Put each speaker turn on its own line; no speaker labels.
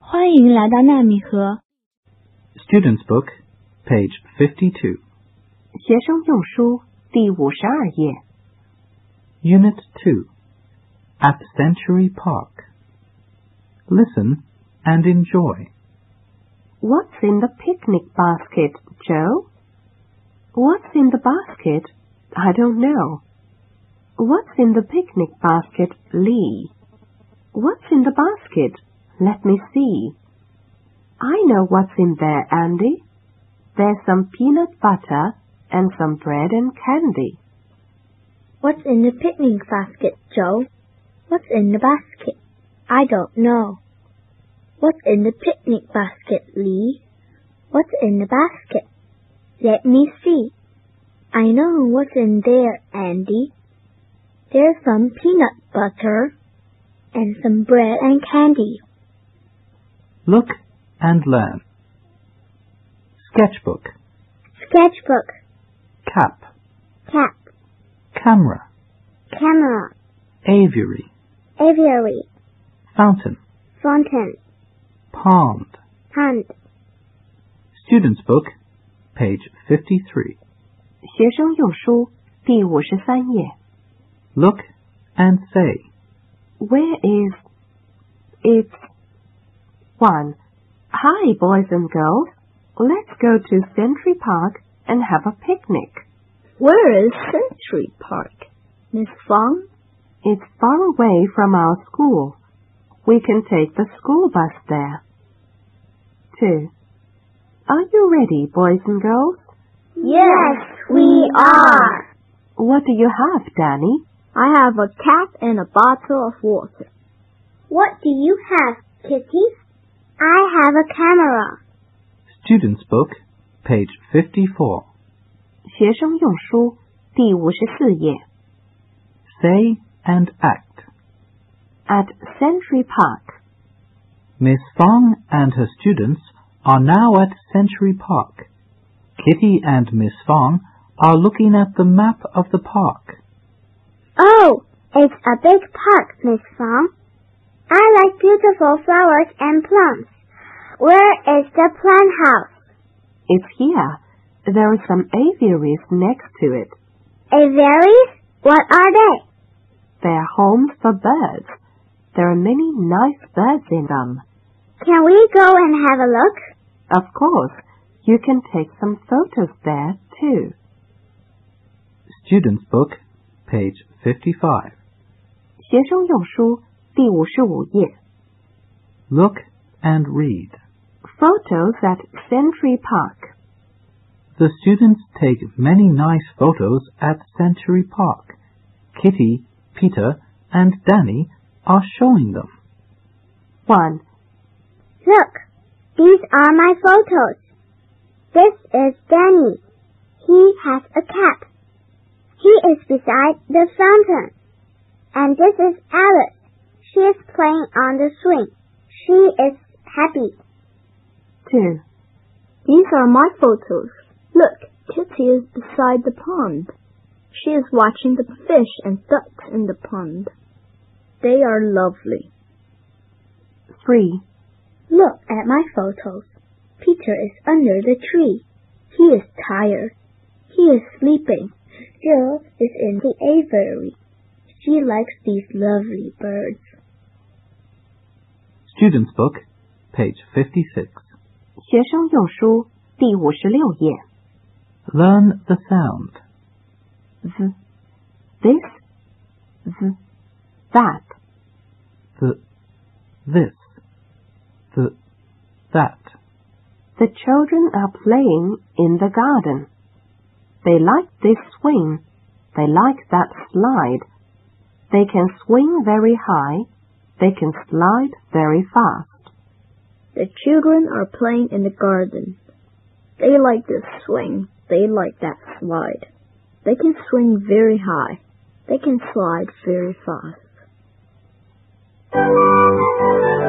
欢迎来到纳米河
Students Book, page 52,
学生用书第五十二页，
Unit 2, at Century Park. Listen and enjoy.
What's in the picnic basket, Joe? What's in the basket? I don't know. What's in the picnic basket, Lee? What's in the basket? Let me see. I know what's in there, Andy. There's some peanut butter and some bread and candy.
What's in the picnic basket, Joe? What's in the basket? I don't know. What's in the picnic basket, Lee? What's in the basket? Let me see. I know what's in there, Andy. There's some peanut butter and some bread and candy.
Look and learn. Sketchbook,
Sketchbook,
cap,
cap,
camera,
camera,
aviary,
aviary,
fountain,
fountain,
pond.
pond,
Students Book, page 53.
学生用书第五十三页
Look and say.
，Where is it? One. Hi, boys and girls. Let's go to Century Park and have a picnic.
Where is Century Park? Miss Fong?
It's far away from our school. We can take the school bus there. 2. Are you ready, boys and girls?
Yes, we are.
What do you have, Danny?
I have a cat and a bottle of water. What do you have, Kitty? I have a camera.
Students Book, page 54.
学生用书第五十四页。
Say and act.
At Century Park,
Miss Fong and her students are now at Century Park. Kitty and Miss Fong are looking at the map of the park.
Oh, it's a big park, Miss Fong. I like beautiful flowers and plants. Where is the plant house?
it's here. There are some aviaries next to it.
Aviaries? What are they?
They're homes for birds. There are many nice birds in them.
Can we go and have a look?
Of course, you can take some photos there too.
Students Book, page 55.
学生用书第五十五页。
Look and read.
Photos at Century Park.
The students take many nice photos at Century Park. Kitty, Peter, and Danny are showing them.
1.
Look, these are my photos. This is Danny. He has a cap. He is beside the fountain. And this is Alice. She is playing on the swing. She is happy.
2.
These are my photos. Look, Kitty is beside the pond. She is watching the fish and ducks in the pond. They are lovely.
3.
Look at my photos. Peter is under the tree. He is tired. He is sleeping. Jill is in the aviary. She likes these lovely birds.
Students Book, page 56.
学生用书第五十六页。
Learn the sound.
Th, this, th, that.
the, this, the, that.
The children are playing in the garden. They like this swing. They like that slide. They can swing very high. They can slide very fast.
The children are playing in the garden. They like this swing. They like that slide. They can swing very high. They can slide very fast.